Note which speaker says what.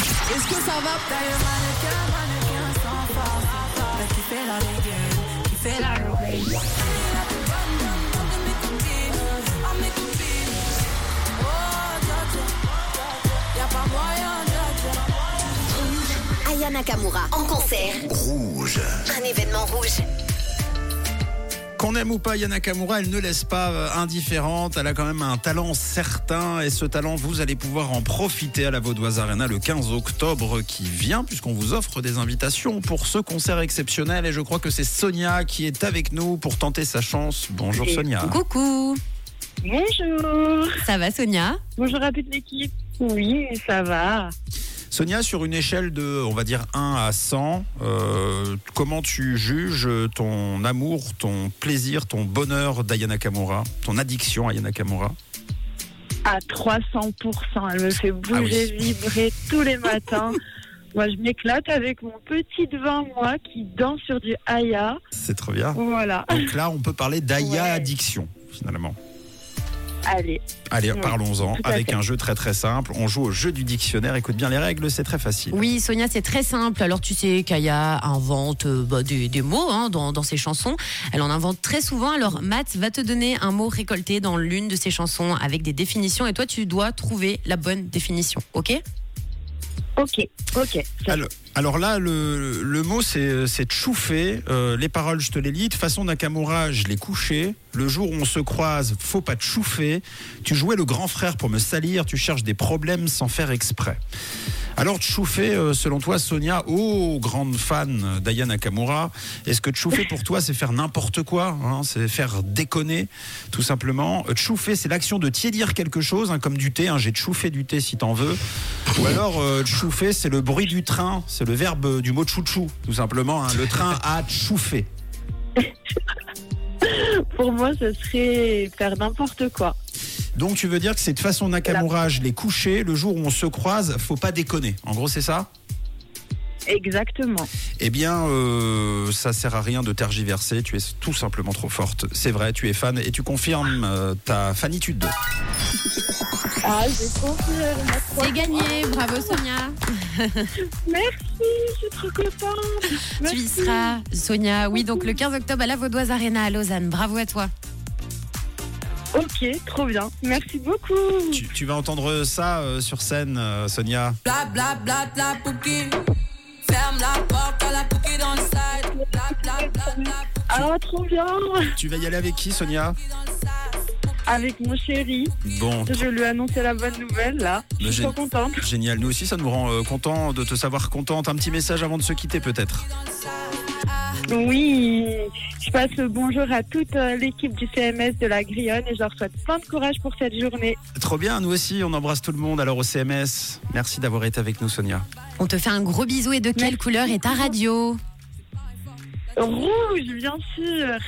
Speaker 1: Est-ce que ça va
Speaker 2: T'as le mannequin, mannequin sans force. T'as kiffé la dégaine, kiffé la roue.
Speaker 3: Aya Nakamura en concert.
Speaker 4: Rouge.
Speaker 3: Un événement rouge.
Speaker 4: Qu'on aime ou pas Yana Kamura, elle ne laisse pas euh, indifférente. Elle a quand même un talent certain et ce talent, vous allez pouvoir en profiter à la Vaudoise Arena le 15 octobre qui vient puisqu'on vous offre des invitations pour ce concert exceptionnel et je crois que c'est Sonia qui est avec nous pour tenter sa chance. Bonjour
Speaker 5: Et
Speaker 4: Sonia.
Speaker 5: Coucou,
Speaker 2: Bonjour.
Speaker 5: ça va Sonia
Speaker 2: Bonjour à toute l'équipe. Oui, ça va.
Speaker 4: Sonia, sur une échelle de, on va dire, 1 à 100, euh, comment tu juges ton amour, ton plaisir, ton bonheur d'Ayana Kamura, ton addiction à Yana Kamura
Speaker 2: à 300%. Elle me fait bouger,
Speaker 4: Ah
Speaker 2: vibrer tous les matins. moi, je m'éclate avec mon petit devant, moi, qui danse sur du Aya.
Speaker 4: C'est trop bien.
Speaker 2: Voilà.
Speaker 4: Donc là, on peut parler d'Aya
Speaker 2: Ouais.
Speaker 4: Addiction, finalement.
Speaker 2: Allez.
Speaker 4: Allez,
Speaker 2: Ouais,
Speaker 4: parlons-en
Speaker 2: tout à
Speaker 4: avec
Speaker 2: fait.
Speaker 4: un jeu très très simple. On joue au jeu du dictionnaire. Écoute bien les règles, c'est très facile.
Speaker 5: Oui Sonia c'est très simple, alors tu sais qu'Aya invente euh, bah, des, des mots hein, dans, dans ses chansons, elle en invente très souvent, alors Matt va te donner un mot récolté dans l'une de ses chansons avec des définitions et toi tu dois trouver la bonne définition, ok
Speaker 2: Ok. Ok. Ça-
Speaker 4: Alors, alors là, le, le mot c'est c'est chouffer. Euh, les paroles, je te les lis. De façon Nakamura, je l'ai couché. Le jour où on se croise, faut pas te chouffer. Tu jouais le grand frère pour me salir. Tu cherches des problèmes sans faire exprès. Alors, chouffer, euh, selon toi, Sonia, oh, grande fan d'Aya Nakamura, est-ce que chouffer pour toi, c'est faire n'importe quoi hein, C'est faire déconner, tout simplement. Euh, Chouffer, c'est l'action de tiédir quelque chose, hein, comme du thé. hein, J'ai chouffé du thé si t'en veux. Ou alors, euh, chouffer, c'est le bruit du train, c'est le verbe euh, du mot chouchou, tout simplement. hein. Le train a chouffé.
Speaker 2: Pour moi, ce serait faire n'importe quoi.
Speaker 4: Donc, tu veux dire que c'est de façon Nakamura, je l'ai couché. Le jour où on se croise, faut pas déconner. En gros, c'est ça
Speaker 2: Exactement.
Speaker 4: Eh bien, euh, ça sert à rien de tergiverser. Tu es tout simplement trop forte. C'est vrai, tu es fan et tu confirmes euh, ta fanitude.
Speaker 2: Ah, j'ai confiance.
Speaker 5: C'est gagné, bravo Sonia
Speaker 2: Merci, je suis trop contente.
Speaker 5: Tu y
Speaker 2: Merci.
Speaker 5: seras Sonia, oui donc le 15 octobre à la Vaudoise Arena à Lausanne, bravo à toi
Speaker 2: Ok, trop bien. Merci beaucoup.
Speaker 4: Tu, tu vas entendre ça euh, sur scène, euh, Sonia.
Speaker 6: Bla bla bla bla pouki. Ferme la porte à la pouki dans le side. Bla bla bla bla pouki
Speaker 2: Ah, trop bien.
Speaker 4: Tu vas y aller avec qui, Sonia
Speaker 6: dans le side.
Speaker 2: Avec mon chéri,
Speaker 4: Bon,
Speaker 2: je lui ai annoncé la bonne nouvelle, là. Je suis
Speaker 4: Mais
Speaker 2: trop contente.
Speaker 4: génial. Nous aussi, ça nous rend euh, contents de te savoir contente. Un petit message avant de se quitter, peut-être.
Speaker 6: Dans le side. Ah.
Speaker 2: Oui, je passe le bonjour à toute euh, l'équipe du CMS de la Grionne et je leur souhaite plein de courage pour cette journée.
Speaker 4: Trop bien, nous aussi, on embrasse tout le monde. Alors, au CMS, merci d'avoir été avec nous, Sonia.
Speaker 5: On te fait un gros bisou et de quelle
Speaker 2: Merci
Speaker 5: couleur est ta radio
Speaker 2: Rouge, bien sûr